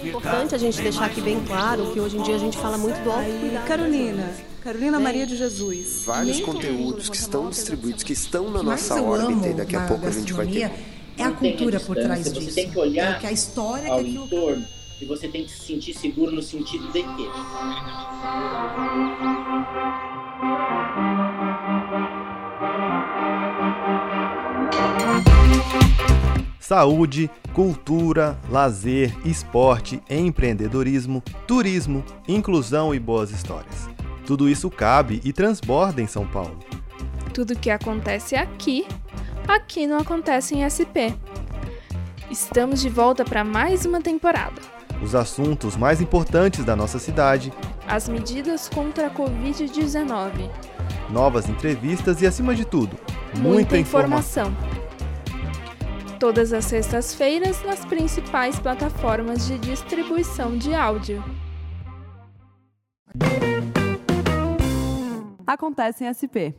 É importante a gente deixar aqui bem claro que hoje em dia a gente fala muito do autocuidado. Carolina, Carolina Maria de Jesus. Vários conteúdos que estão distribuidos, que estão na nossa órbita e daqui a pouco a gente vai ter. É a cultura por trás você disso. tem que olhar é o que a história ao que aquilo entorno e você tem que se sentir seguro no sentido de quê? Saúde, cultura, lazer, esporte, empreendedorismo, turismo, inclusão e boas histórias. Tudo isso cabe e transborda em São Paulo. Tudo que acontece aqui, aqui não acontece em SP. Estamos de volta para mais uma temporada. Os assuntos mais importantes da nossa cidade, As medidas contra a Covid-19. novas entrevistas e, acima de tudo, muita, informação. Todas as sextas-feiras nas principais plataformas de distribuição de áudio. Acontece em SP.